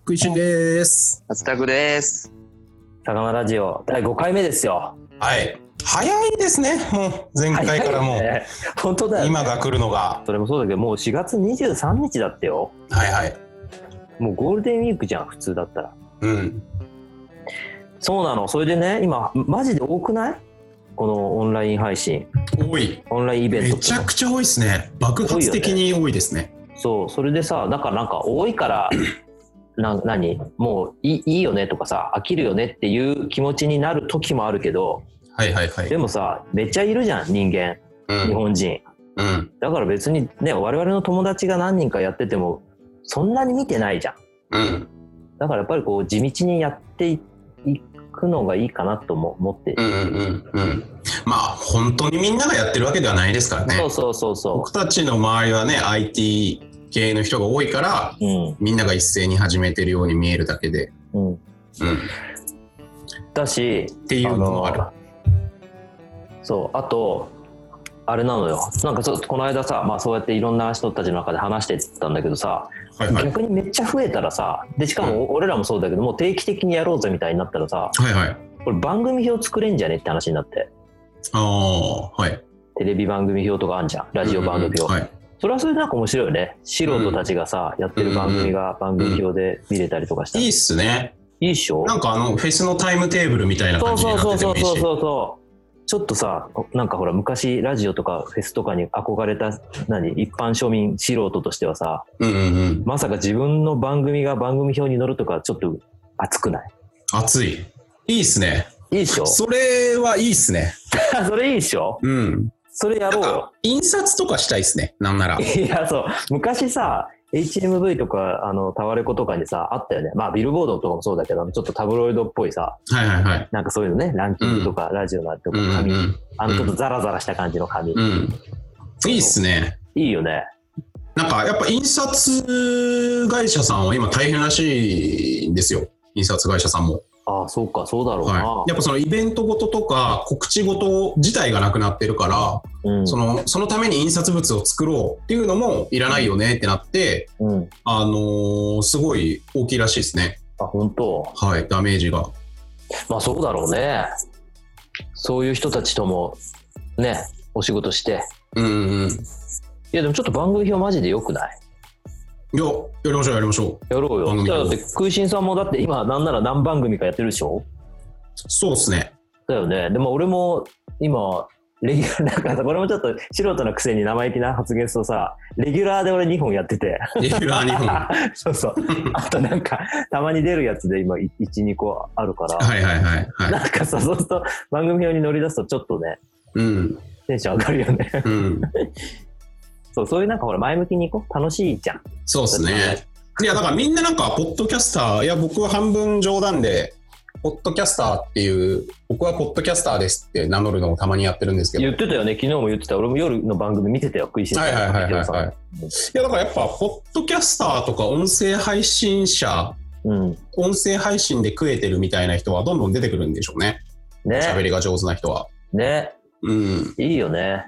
食いしんです。松田です。魚ラジオ第5回目ですよ。はい。早いですね。もう前回からも早いうね本当だよ。今が来るのが。それもそうだけど、もう4月23日だってよ。はいはい。もうゴールデンウィークじゃん、普通だったら。うん。そうなの。それでね、今、マジで多くないこのオンライン配信、多い。オンラインイベンめトちゃとくちゃ多いですね。爆発的に多いですね。か。そう、それでさ、なんか、なんか多いから、 な、何もういいいいよねとかさ、飽きるよねっていう気持ちになる時もあるけど、はいはいはい。でもさ、めっちゃいるじゃん、人間、う日ん。本人。うん。だから別にね、我々の友達が何人かやってても、そんなに見てないじゃん。うん。だからやっぱりこう、地道にやっていくのがいいかなとも思ってう。んうんうんうん。まあ本当にみんながやってるわけではないですからそねう。そうそうそ僕たちの周りはね、IT 系の人が多いから、う。うん。みんなが一斉に始めてるように見えるだけで。うん。うん。っだし、ていうのもある。そう、あと、あれなのよ。なんかそこの間さ、まあそうやっていろんな人たちの中で話してたんだけどさ、はいはい。逆にめっちゃ増えたらさ、で、しかも俺らもそうだけど、もう定期的にやろうぜみたいになったらさ、はいはい。これ番組表作れんじゃねって話になって。ああ、はい。テレビ番組表とかあんじゃん。ラジオ番組表。うんうんはい。それはそれでなんか面白いよね。素人たちがさ、やってる番組が番組表で見れたりとかしたら、いいいっすね。いっしょなんかあの、フェスのタイムテーブルみたいなそ感うじそにうなっそうててそもいいうそうし。そうそう。ちょっとさ、なんかほら、昔ラジオとかフェスとかに憧れた、何、一般庶民素人としてはさ、うんうんうん。まさか自分の番組が番組表に載るとか、ちょっと熱くない熱い。いいっすね。いいっしょそそれはいいっすね。 れいいっしょうん。それやろうよ。印刷とかしたいっすね。なんなら。いや、そう。昔さ、HMV とか、あの、タワレコとかにさ、あったよね。まあ、ビルボードとかもそうだけど、あのちょっとタブロイドっぽいさ、はいはいはい。なんかそういうのね、ランキングとか、ラジオのあれとかうん、う紙、んあの、ちょっとザラザラした感じの紙。うん。うん。いいっすね。いいよね。なんかやっぱ印刷会社さんは今大変らしいんですよ。印刷会社さんも。ああ、そうか、そうだろうな。はい。やっぱそのイベントごととか告知ごと自体がなくなってるから、うん。その、そのために印刷物を作ろうっていうのもいらないよねってなって、うん。あのーすごい大きいらしいですね。あ、本当。はい、ダメージが。まあ、そうだろうね。そういう人たちとも、ね、お仕事して。うんうん。いいや、でもちょっと番組表マジで良くないや、やりましょう、やりましょう。やろう番よ。組じゃあだっ表て、空心さんもだって今、なんなら何番組かやってるでしょそうです ね。だよね。でも俺も今、レギュラー、 なんかさ、これもちょっと素人のくせに生意気な発言するとさ、レギュラーで俺2本やってて、 レギュラー2本。はそう そう。あとなんか、たまに出るやつで今、1、2個あるから、 いはいはい。はい、なんかさ、そうすると番組表に乗り出すとちょっとね、うん。テンション上がるよね。 うん。そう、そういうなんかほら、前向きに行こう。楽しいじゃん。そうですね。いや、だからみんななんか、ポッドキャスター、いや、僕は半分冗談で、ポッドキャスターっていう、僕はポッドキャスターですって名乗るのをたまにやってるんですけど。言ってたよね。昨日も言ってた。俺も夜の番組見てたよ。食いしん坊はいはいはいはい、はい。うんいや、だからやっぱ、ポッドキャスターとか音声配信者、うん。音声配信で食えてるみたいな人はどんどん出てくるんでしょうね。喋ね。りが上手な人は。ね。うん。いいよね。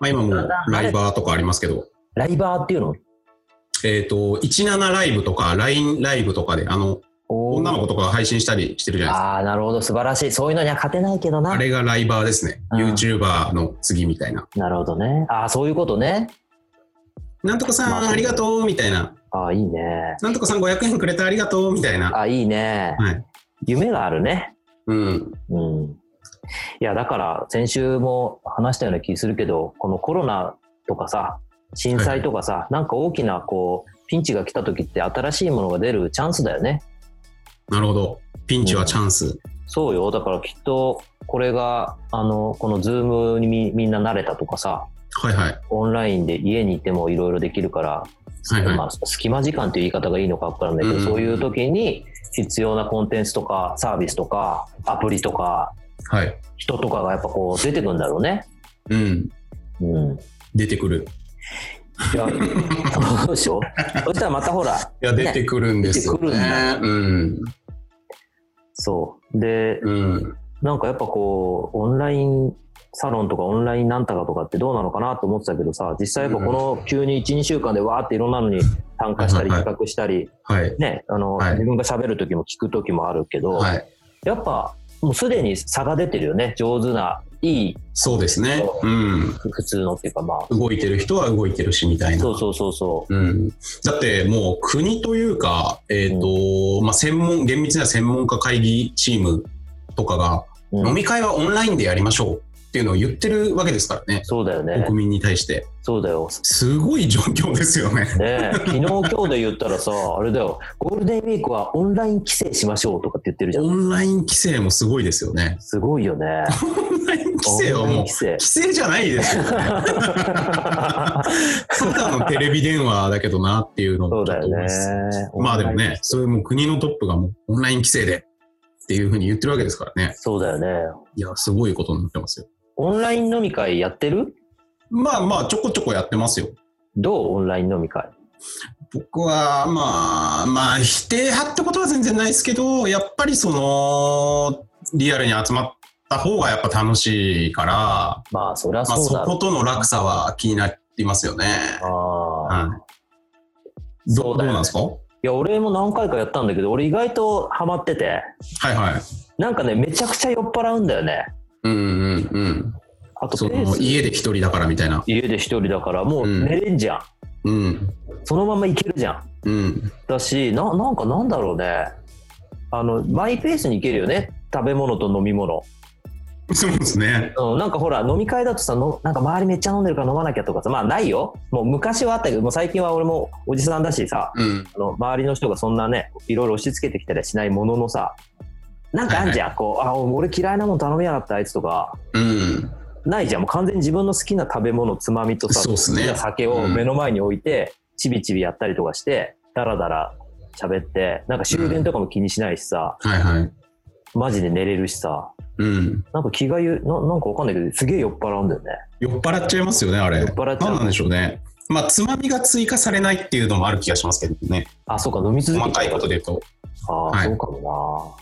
まあ今もうライバーとかありますけど、ライバーっていうのえっ、と、17ライブとか LINE ライブとかで、あの、おー女の子とかが配信したりしてるじゃないですか。ああ、なるほど、素晴らしい。そういうのには勝てないけどな。あれがライバーですね。うん YouTuber の次みたいな。なるほどね。ああ、そういうことね。なんとかさまあそんうありがとうみたいな。ああ、いいね。なんとかさん500円くれてありがとうみたいな。あいいね。はい。夢があるね。うん。うん。いや、だから、先週も話したような気するけど、このコロナとかさ、震災とかさ、なんか大きな、こう、ピンチが来た時って新しいものが出るチャンスだよね。なるほど。ピンチはチャンス。そうよ。だからきっと、これが、あの、このズームにみみんな慣れたとかさ、はいはい。オンラインで家にいてもいろいろできるから、はいはい。まあ、隙間時間という言い方がいいのか分からないけど、うんそういう時に必要なコンテンツとかサービスとかアプリとかはい。人とかがやっぱこう出てくるんだろうね。うん。うん、い出てくる。や どうでしょうそしたらまたほらいや、出てくるんですよ出てくるんね。うん。そうでうん。なんかやっぱこう、オンラインサロンとかオンラインなんたかとかってどうなのかなと思ってたけどさ、実際やっぱこの急に1、2週間でわーっていろんなのに参加したりはいはい企画したり、はい。ね、あの、はい自分が喋る時も聞く時もあるけど、はい。やっぱもうすでに差が出てるよね。上手な、いい、そうですね。うん。ふ普通のっていうかまあ。動いてる人は動いてるし、みたいな。そうそうそうそうん、だってもう国というか、えっとまあ、専門厳密には専門家会議チームとかが、う。うん飲み会はオンラインでやりましょうっていうのを言ってるわけですからねそうだよね。国民に対してそうだよ。すごい状況ですよね。ねえ、昨日今日で言ったらさ、 あれだよ、ゴールデンウィークはオンライン規制しましょうとかって言ってるじゃん。 オンライン規制もすごいですよね。すごいよね。 オンライン規制はオンラインもう規 制。規制じゃないです よね。ただのテレビ電話だけどなっていうのそうもちょだっよと思います。ね。まあでもね、それも国のトップがもうオンライン規制でっていうふうに言ってるわけですからね。そうだよね。いや、すごいことになってますよ。オンライン飲み会やってるまあまあ、ちょこちょこやってますよ。どうオンライン飲み会。僕は、まあ、まあ、否定派ってことは全然ないですけど、やっぱりその、リアルに集まった方がやっぱ楽しいから、まあ、そりゃまあ、そうそだろこう。との落差は気になりますよね。ああはい。どそどううだよねなんですかはいや、俺も何回かやったんだけど、俺意外とハマってて、いはい。なんかね、めちゃくちゃ酔っ払うんだよね。うんうんうん。あとそペーの、ス、家で一人だからみたいな。家で一人だから、もううん寝れんじゃん。うん。そのままいけるじゃん。うん。だしななんかなんだろうねあのマイペースにいけるよね食べ物と飲み物、そうですね。うん、なんかほら飲み会だとさのなんか周りめっちゃ飲んでるから飲まなきゃとかさまあないよもう昔はあったけどもう最近は俺もおじさんだしさうん。あの周りの人がそんなねいろいろ押し付けてきたりはしないもののさなんかあんじゃん、 こうあ俺嫌いなもん頼みやがったあいつとかうん。ないじゃんもう完全に自分の好きな食べ物つまみとさそうっすね好きな酒を目の前に置いて、ちびちびやったりとかしてダラダラ喋ってなんか終電とかも気にしないしさ、はいはい。マジで寝れるしさうん。なんか気がゆななんかわかんないけどすげえ酔っ払うんだよね酔っ払っちゃいますよね、あれ。酔っ払っちゃうなんなんでしょうね。まあ、つまみが追加されないっていうのもある気がしますけどね。あそうか飲み続け細かていことで言うと。ああ、はいそうかもな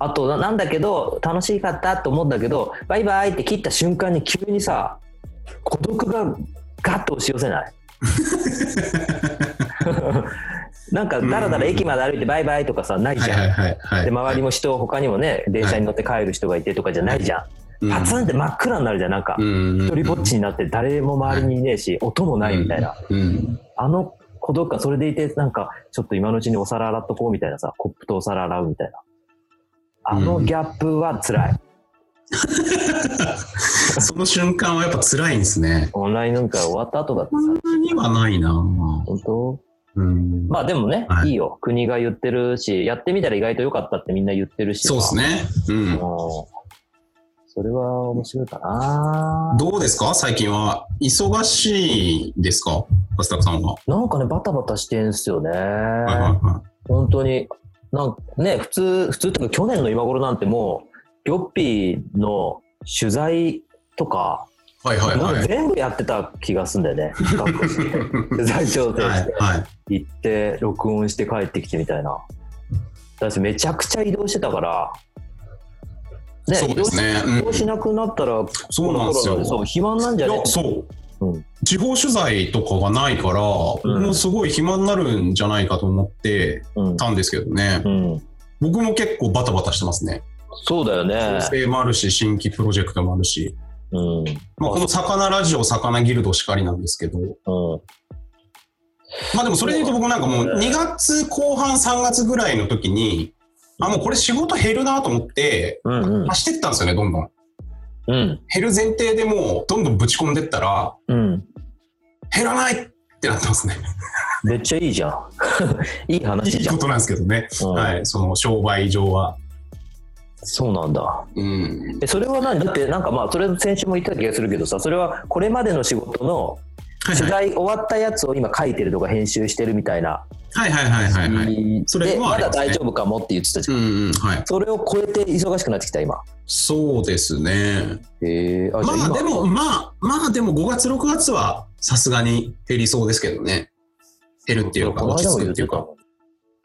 あとななんだけど楽しかったと思うんだけどバイバイって切った瞬間に急にさ孤独がガッと押し寄せない なんかだらだら駅まで歩いてバイバイとかさないはいじゃん、はいはいはい。で周りも人他にもね電車に乗って帰る人がいてとかじゃないじゃん、うん、パツンって真っ暗になるじゃんなんか、うん、一人ぼっちになって誰も周りにいねえし、音もないみたいな、うん。あの孤独感それでいてなんかちょっと今のうちにお皿洗っとこうみたいなさコップとお皿洗うみたいなあのギャップは辛い、その瞬間はやっぱ辛いんですね。オンライン飲み会終わった後だってそんなにはないなぁ本当うん。まあでもね、はいい、いよ国が言ってるしやってみたら意外と良かったってみんな言ってるしそうですねね。うん。それは面白いかなどうですか最近は。忙しいですかパスタさんは。なんかねバタバタしてんすよね、はいはいは本当になんかね普通普通っていうか去年の今頃なんてもうヨッピーの取材とかい。はいはいなはんかい。全部やってた気がすんだ よね。学校して取材調整はしいて、はい。行って、録音して帰ってきてみたいな。だし、めちゃくちゃ移動してたから、ね、そうですね。移動し移動うしん、なくなったら、そうなんですよ。そう、暇なんじゃいねや、そう。うん地方取材とかがないから、んもうすごい暇になるんじゃないかと思ってうん。たんですけどね。うん。僕も結構バタバタしてますね。そうだよね調。整もあるし、新規プロジェクトもあるし。うん。まあ、この魚ラジオ、魚ギルドしかりなんですけど。うん。まあでもそれで言うと僕なんかもう2月後半3月ぐらいの時に、あ、もうこれ仕事減るなと思って、うん。うん。走ってったんですよね、どんどん。うん。減る前提でもうどんどんぶち込んでったら、うん。減らないってなってますね。めっちゃいいじゃん。いいい話いじゃこん。 となんですけどね。うんはい、その商売上は。そうなんだ。うん。えそれは何だってなんかまあそれ先週も言ってた気がするけどさそれはこれまでの仕事の取材終わったやつを今書いてるとか編集してるみたいな、はいはいはいはいはい。それでもあまりだますね大丈夫かもって言ってたじゃ、うんんうん、はい。それを超えて忙しくなってきた今そうですね。へえあじゃまああ今、でも、まあ、まあでも5月6月はさすがに減りそうですけどね。減るっていうか、この落ち間も着く言っっていうてたか。もん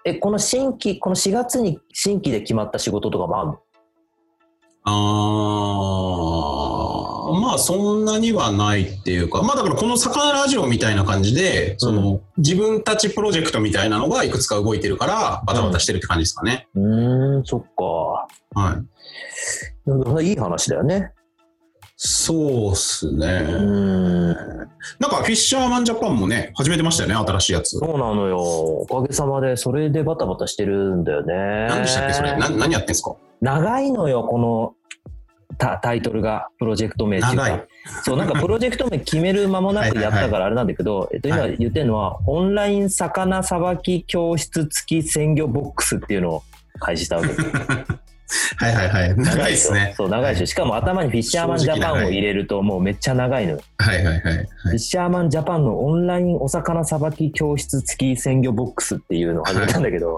えこの新規この4月に新規で決まった仕事とかもあるのあーまあそんなにはないっていうかまあだからこの「魚ラジオ」みたいな感じでその、自分たちプロジェクトみたいなのがいくつか動いてるからバタバタしてるって感じですかね、うーん、そっか。はいでもいい話だよね。そうっすね、うーん。なんかフィッシャーマンジャパンもね始めてましたよね新しいやつそうなのよ。おかげさまで、それでバタバタしてるんだよね。何でしたっけそれな何やってんすか長いのよ、このタタイトルが、プロジェクト名っていう長かい。そう、なんかプロジェクト名決める間もなくやったからあれなんだけど、えっと、今は言ってるのは、オンライン魚さばき教室付き鮮魚ボックスっていうのを開始したわけ。 はいはいはい長いですねそう、長いでしょ。しかも頭にフィッシャーマンジャパンを入れると、もうめっちゃ長いのよ。はいはいはいフィはッいシャーマンジャパンのオンラインお魚さばき教室付き鮮魚ボックスっていうのを始めたんだ けど、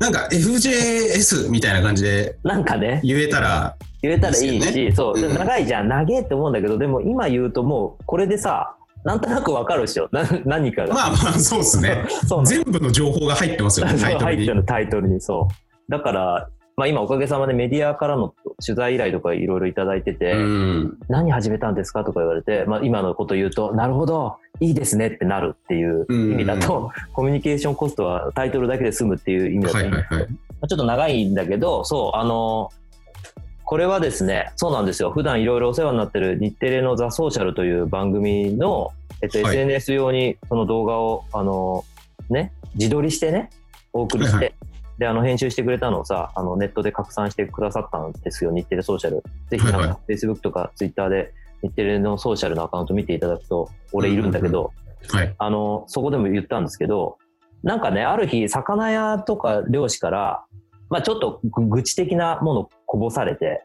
なんか FJS みたいな感じでなんかね、言えたら言えたらいいですし、そう、でうん長いじゃん、長いって思うんだけど、でも今言うともう、これでさ、なんとなくわかるでしょ、な何かが。まあまあそうです ね そうな全部の情報が入ってますよのねタイそトうル入っにてるタイトルに、そう。だから、まあ今おかげさまでメディアからの取材依頼とかいろいろいただいてて、うん何始めたんですかとか言われて、まあ今のこと言うと、なるほど、いいですねってなるっていう意味だと、コミュニケーションコストはタイトルだけで済むっていう意味だと、はいはいはいまあちょっと長いんだけど、そう、あの、これはですね、そうなんですよ。普段いろいろお世話になってる日テレのザ・ソーシャルという番組の、えっと、はい SNS 用にその動画を、あの、ね、自撮りしてね、お送りして、はいで、あの、編集してくれたのをさ、あの、ネットで拡散してくださったんですよ、日テレソーシャル。ぜひ、なんはいはか、Facebook とか Twitter で、日テレのソーシャルのアカウント見ていただくと、俺いるんだけど、はいあの、そこでも言ったんですけど、なんかね、ある日、魚屋とか漁師から、まあちょっとぐ愚痴的なものこぼされて、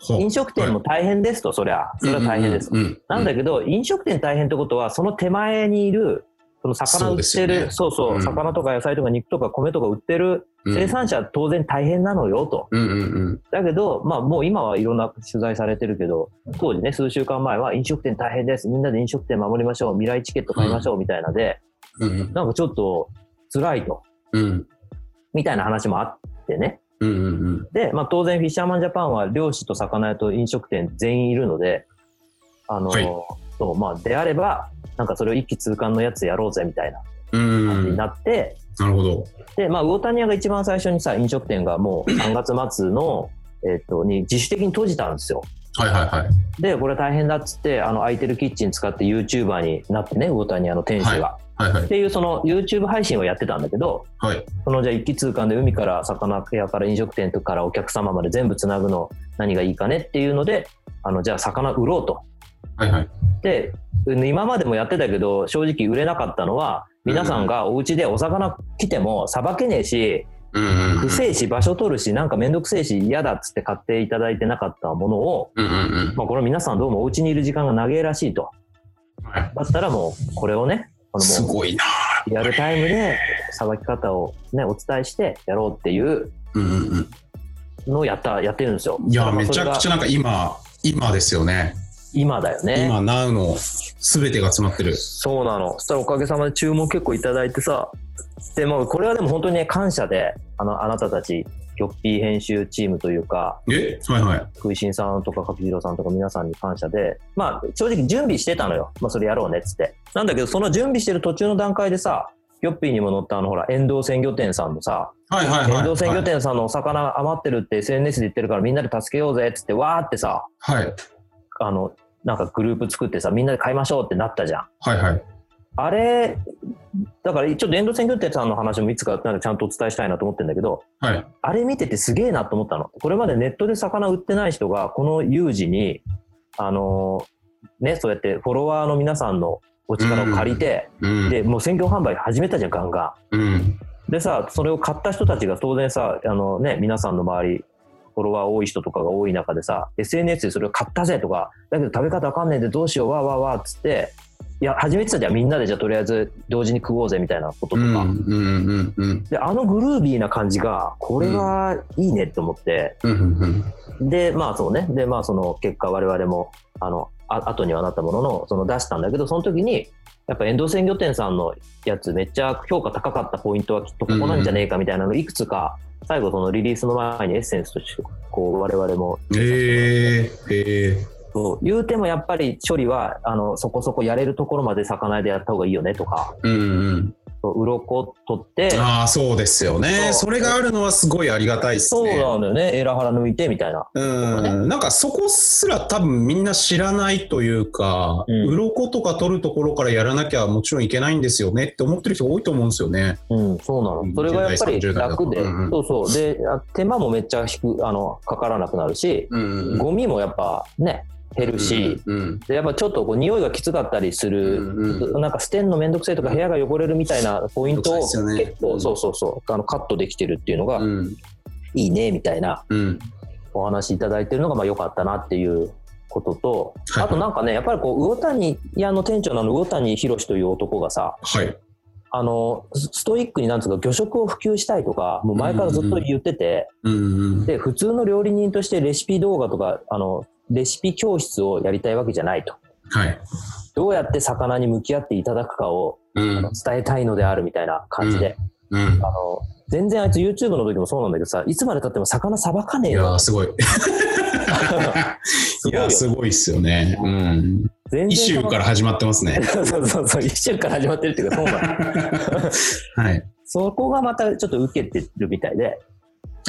ほう飲食店も大変ですと、そりゃ。それは大変です。うんうんうんなんだけど、飲食店大変ってことは、その手前にいる、その魚そ売ってうですよる、ねそうそう、うん魚とか野菜とか肉とか米とか売ってるうん生産者は当然大変なのよと。うんうんうんだけど、まあもう今はいろんな取材されてるけど、当時ね、数週間前は飲食店大変です。みんなで飲食店守りましょう。未来チケット買いましょう。みたいなで、うんなんかちょっと辛いと、うんみたいな話もあってね。うんうんうんで、まあ当然フィッシャーマンジャパンは漁師と魚屋と飲食店全員いるので、あの、はいそう、まあであれば、なんかそれを一気通貫のやつやろうぜみたいなうん感じうんになって、なるほどで、まあ魚谷屋が一番最初にさ、飲食店がもう3月末の、えっと、に自主的に閉じたんですよ。はいはいはいで、これ大変だっつって、あの空いてるキッチン使って YouTuber になってね、魚谷屋の店主が。はいはいっていうその YouTube 配信をやってたんだけど、はいそのじゃあ一気通貫で海から魚屋から飲食店とかからお客様まで全部つなぐの何がいいかねっていうのであのじゃあ魚売ろうと。はいはいで今までもやってたけど正直売れなかったのは皆さんがお家でお魚来てもさばけねえしうんうんうん不正し場所取るしなんかめんどくせえし嫌だっつって買っていただいてなかったものを、うんうんうんまあ、これ皆さんどうもお家にいる時間が長いらしいとはだったらもうこれをねこいのすもうごいなリアルタイムでさばき方をねお伝えしてやろうっていううんうんうんのをやったやってるんですよ。いや、まあめちゃくちそれゃながんか今、今ですよね。今だよね。今、ナウの全てが詰まってる。そうなの。そしたらおかげさまで注文結構いただいてさ。でもうこれはでも本当にね感謝であのあなたたちギョッピー編集チームというかえはいはい。食いしんさんとか柿次郎さんとか皆さんに感謝でまあ正直準備してたのよ、まあ、それやろうねっつってなんだけどその準備してる途中の段階でさギョッピーにも載ったあのほら遠藤鮮魚店さんもさはいはいはい。遠藤鮮魚店さんのお魚が余ってるって SNS で言ってるからみんなで助けようぜっつってわーってさはい。あの、なんかグループ作ってさ、みんなで買いましょうってなったじゃん。はいはい。あれ、だからちょっと遠藤鮮魚店さんの話もいつかなんかちゃんとお伝えしたいなと思ってんだけど、はい。あれ見ててすげえなと思ったの。これまでネットで魚売ってない人が、この有事に、あのーね、そうやってフォロワーの皆さんのお力を借りて、うん。で、もう鮮魚販売始めたじゃん、ガンガうん。ン。でさ、それを買った人たちが当然さ、あのね、皆さんの周り、フォロワー多い人とかが多い中でさ、SNS でそれを買ったぜとか、だけど食べ方わかんねえでどうしよう、わーわーわーっつって、いや、始めてたじゃん、みんなでじゃあとりあえず同時に食おうぜみたいなこととうん。うか。ん。うん。うん。で、あのグルービーな感じが、これはいいねって思って、うん。うん。で、まあそうね、で、まあその結果我々も、あの、あ後にはなったものの、その出したんだけど、その時に、やっぱ遠藤鮮魚店さんのやつめっちゃ評価高かったポイントはきっとここなんじゃねえかみたいなのいくつか最後そのリリースの前にエッセンスとしてこう我々もえー、えそう言うてもやっぱり処理はあのそこそこやれるところまで魚でやった方がいいよねとかー、うんうん。そう鱗取ってああ、そうですよね。そそうれがあるのはすごいありがたいですそうね。なんだよねエラハラ抜いてみたいなうん、なんかそこすら多分みんな知らないというか、うん鱗とか取るところからやらなきゃもちろんいけないんですよねって思ってる人が多いと思うんですよね。うんそうなのそれがやっぱり20楽で、代30代だとうんうんそうそうであ手間もめっちゃ低くあのかからなくなるし、うんゴミもやっぱね減るし、うんでやっぱちょっとこう匂いがきつかったりする、うんなんか捨てんの面倒くさいとか部屋が汚れるみたいなポイントをめんどくさい結ですよね構、うんそうそうそうあのカットできてるっていうのが、うんいいねみたいなうんお話いただいてるのがまあ良かったなっていうことと、はいあとなんかねやっぱりこう魚谷屋の店長なの魚谷宏という男がさはいあのスストイックになんつうか魚食を普及したいとかもう前からずっと言ってて、うんうんで普通の料理人としてレシピ動画とかあのレシピ教室をやりたいわけじゃないと。はいどうやって魚に向き合っていただくかをうん伝えたいのであるみたいな感じで、うんあの全然あいつ YouTube の時もそうなんだけどさいつまでたっても魚さばかねえいやよーすごい すいやーすごいっすよね。うんイ全然シューから始まってますね。 そうそうそうそう、一週から始まってるっていうか、そうなんだ はい。そこがまたちょっと受けてるみたいで、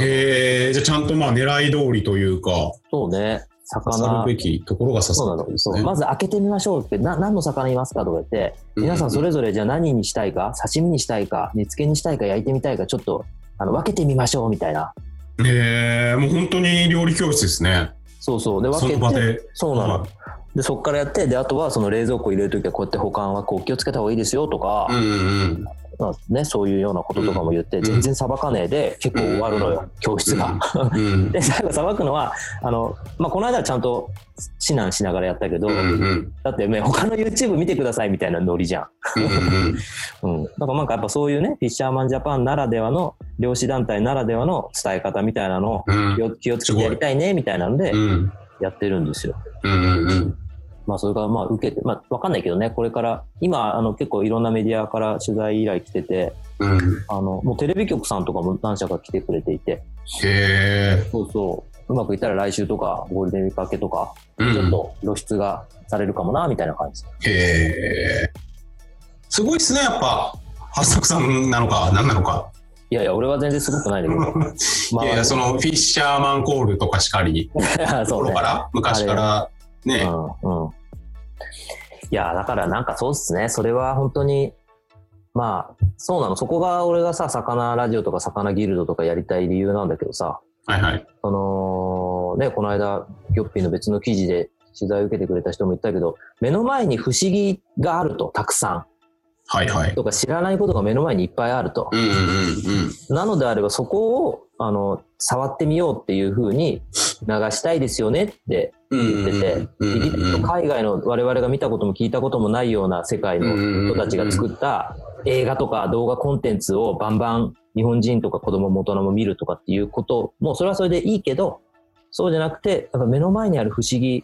えー、じゃあちゃんとまあ狙い通りというか、そうね、刺さ魚るべ、きところが刺さそうなったんの、ですそうね。まず開けてみましょうって、な何の魚いますかとか言って、うん皆さんそれぞれじゃあ何にしたいか、刺身にしたいか、煮付けにしたいか、焼いてみたいか、ちょっとあの分けてみましょうみたいな、えー、もう本当に料理教室ですね。そうそう、で、そ分の場けて、で。そうなのは。でそこからやってであとはその冷蔵庫入れるときはこうやって保管はこう気をつけた方がいいですよとか、うんうん。まあね、そういうようなこととかも言って、うん全然さばかねえで結構終わるのよ、うん教室が。うんで最後さばくのはあの、まあ、この間はちゃんと指南しながらやったけど、うんうんだって、ね、他の YouTube 見てくださいみたいなノリじゃうんん、うん、だからなんかやっぱそういうねフィッシャーマンジャパンならではの漁師団体ならではの伝え方みたいなのをうん気を気をつけてやりたいねみたいなのでうんやってるんですよ、うんうんまあ、それがまあ受けて、まあ、わかんないけどねこれから今あの結構いろんなメディアから取材依頼来ててうんあのもうテレビ局さんとかも何社か来てくれていてへえそうそううまくいったら来週とかゴールデンウィーク明けとかうんちょっと露出がされるかもなみたいな感じ。へえすごいっすねやっぱ八作さんなのか何なのかいやいや、俺は全然すごくないんだけど。ま いやいやそのフィッシャーマンコールとかしかりの そう頃ねか。ら昔からねうんうん。いや、だからなんかそうっすね。それは本当に、まあ、そうなの。そこが俺がさ、魚ラジオとか魚ギルドとかやりたい理由なんだけどさ、はいはいその、ね、この間、ギョッピーの別の記事で取材を受けてくれた人も言ったけど、目の前に不思議があると、たくさはいはん。いとか知らないことが目の前にいっぱいあると。うんうんうんなのであればそこをあの触ってみようっていうふうに流したいですよねってうん言ってて、うんイギリスうとん海外の我々が見たことも聞いたこともないような世界のうん人たちが作った映画とか動画コンテンツをバンバン日本人とか子供も大人も見るとかっていうこともそれはそれでいいけどそうじゃなくてやっぱ目の前にある不思議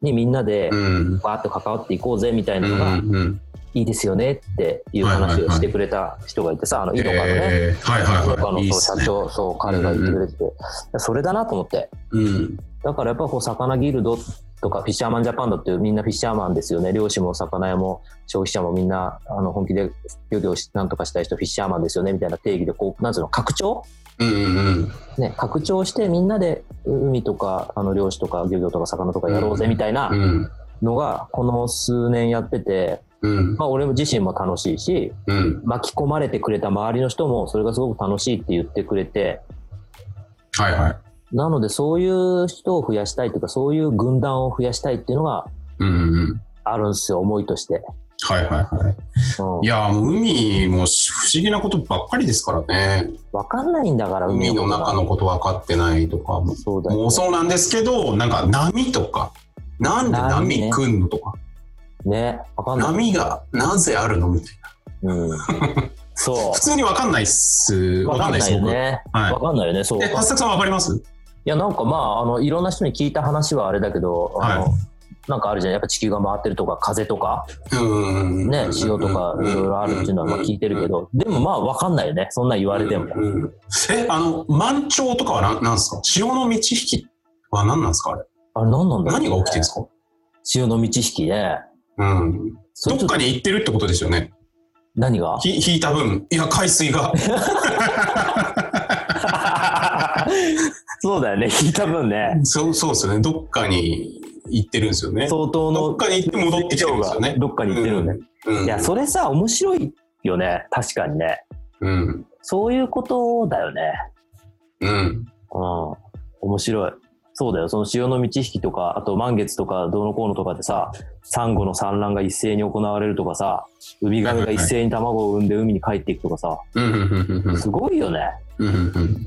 にみんなでうんバーッと関わっていこうぜみたいなうのがんうんいいですよねっていう話をしてくれた人がいてさあの井戸川のねえーはいはい農は家いいいっのすそうね社長、そう、彼が言ってくれてて、それだなと思って。うんだからやっぱこう、魚ギルドとか、フィッシャーマンジャパンだっていうみんなフィッシャーマンですよね。漁師も魚屋も消費者もみんな、あの、本気で漁業をしなんとかしたい人、フィッシャーマンですよね、みたいな定義で、こう、なんつうの、拡張うんうんね、拡張してみんなでう海とか、あの、漁師とか漁業とか魚とかやろうぜ、みたいなうんのが、この数年やってて、うんまあ、俺自身も楽しいし、うん巻き込まれてくれた周りの人も、それがすごく楽しいって言ってくれて、はいはいなので、そういう人を増やしたいというか、そういう軍団を増やしたいっていうのがうんうんあるんですよ、思いとして。はいはいはい。うんいやー、もう海も不思議なことばっかりですからね。わかんないんだから、海のことが中のこと分かってないとかも。そうだよもうそうなんですけど、なんか波とか、なんで波ね波来んのとか、ね。わかんない。波がなぜあるのみたいな。うん、そ普通に分かんないっす。 う。分かんないっす、よ僕。ね。はいわかんないよね、そう。いえ、八作さん分かりますや、なんかまあ、あの、いろんな人に聞いた話はあれだけど、あの、はいなんかあるじゃんやっぱ地球が回ってるとか風とかうんね潮とかいろいろあるっていうのはまあ聞いてるけどでもまあ分かんないよねそんなん言われても、うんうんえ、あの、満潮とかはななんですか潮の満ち引きは何なんですかあれ。あれ何なんだろう、何ね、が起きてるんですか潮の満ち引きねうん。そどれちょっっとかに行ってるってことですよね。何が ひ引いた分。いや、海水が。そうだよね聞いた分ねそう、そうですよね。どっかに行ってるんですよね。相当のどっかに行って戻ってきてるんですよね。どっかに行ってるよね、うん。いや、それさ、面白いよね。確かにね。うん。そういうことだよね。うん。うん。面白い。そうだよ。その潮の満ち引きとか、あと満月とか、どうのこうのとかでさ、サンゴの産卵が一斉に行われるとかさ、ウミガメが一斉に卵を産んで海に帰っていくとかさ、うん。うん。うん。うんすごいよね。うん。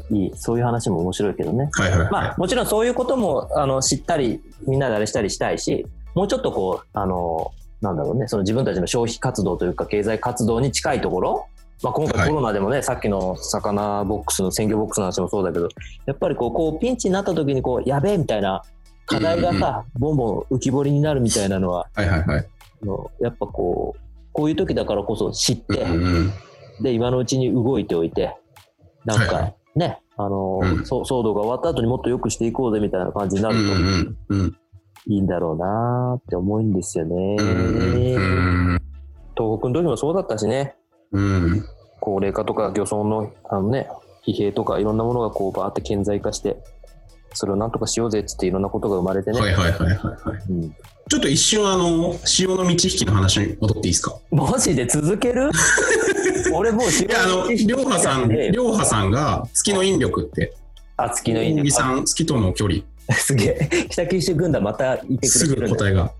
うん。いい。そういう話も面白いけどね。はいはいはい。まあ、もちろんそういうことも、あの、知ったり、みんなであれしたりしたいし、もうちょっとこう、あの、なんだろうね、その自分たちの消費活動というか、経済活動に近いところ、まあ、今は回いコロナでもね、さっきの魚ボックスの鮮魚ボックスの話もそうだけど、やっぱりこう、こうピンチになった時に、こう、やべえみたいな課題がさ、ボンボン浮き彫りになるみたいなのは、はいはいはい。あのやっぱこう、こういう時だからこそ知っうて、んうんで、今のうちに動いておいて、なんはいはかね、あの、うんそう騒動が終わった後にもっと良くしていこうぜみたいな感じになうん。うるとんうんうん。いいんだろうなーって思うんですよね。うん。東北の時もそうだったしね、うん。高齢化とか漁村のあのね、疲弊とかいろんなものがこうバーって顕在化して、それをなんとかしようぜっつっていろんなことが生まれてね。はいはいはいはいはい。うんちょっと一瞬あの、潮の満ち引きの話に戻っていいですかマジで続 ける俺もう知いや、あの、りょうは さん、ねえりょうはさんが月の引力って、あ、月のいい大ね木。さん、月との距離、すげえ。北九州軍団またいてくすれてぐるんだ。答えが。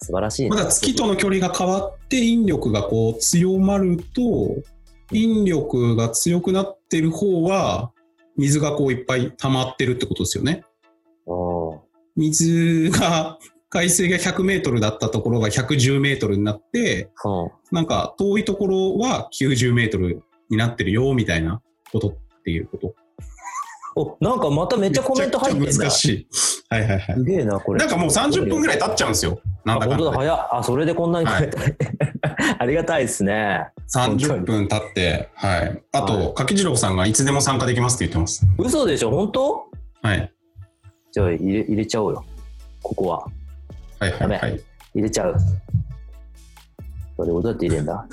素晴らしいまね。だ月との距離が変わって引力がこう強まると、引力が強くなってる方は、水がこういっぱい溜まってるってことですよね。うん水が、海水が100メートルだったところが110メートルになって、うんなんか遠いところは90メートルになってるよ、みたいなことっていうこと。お、なんかまためっちゃコメント入ってんだ。めちゃくちゃ難すしい。はいはいはい。げえな、これ。なんかもう30分ぐらい経っちゃうんですよ。なんだあか本ん当だだ、で。早っ。あ、それでこんなに食べた。 ありがたいですね。 30分経って、はい。あはと、柿次郎さんがいつでも参加できますって言ってます。嘘でしょ本当はい。じゃあ入れ入れちゃおうよ。ここは。はいはいはダい。入れちゃう。それどうやって入れんだ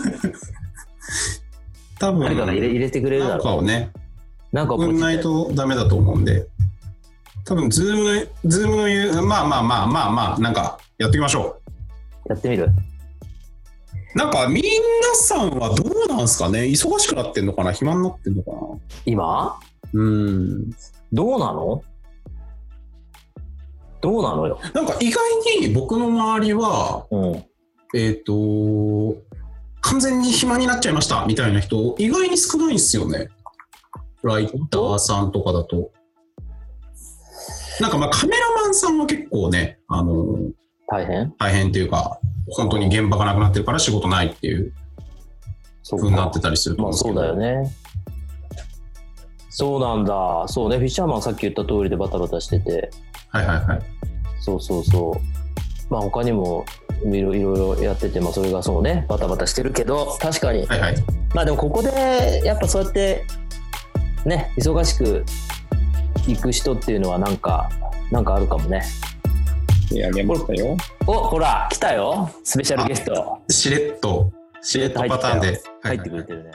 多分、誰かが入れ入れてくれるだなんかろをね、う。なんか送んないとダメだと思うんで、多分、ズームの、ズームの言う、まあまあまあまあまあ、なんか、やっていきましょやってみる。う。なんか、みんなさんはどうなんすかね忙しくなってんのかな暇になってんのかな今うん。どうなのどうなのよ。なんか、意外に僕の周りは、うん。えっ、と、完全に暇になっちゃいましたみたいな人、意外に少ないんですよね。ライターさんとかだと。なんかまあカメラマンさんは結構ね、あの大変大変っていうか、本当に現場がなくなってるから仕事ないっていうそ風になってたりするとま思んあですそけうどだよね。そうなんだ。そうね。フィッシャーマンさっき言った通りでバタバタしてて。はいはいはい。そうそうそう。まあ他にもいろいろやってて、まあそれがそうね、バタバタしてるけど、確かに。はいはい。まあでもここで、やっぱそうやって、ね、忙しく行く人っていうのはなんか、なんかあるかもね。いや、メモったよ。お、ほら、来たよスペシャルゲスト。しれっと、しれっとパターンで。入ってくれてるね。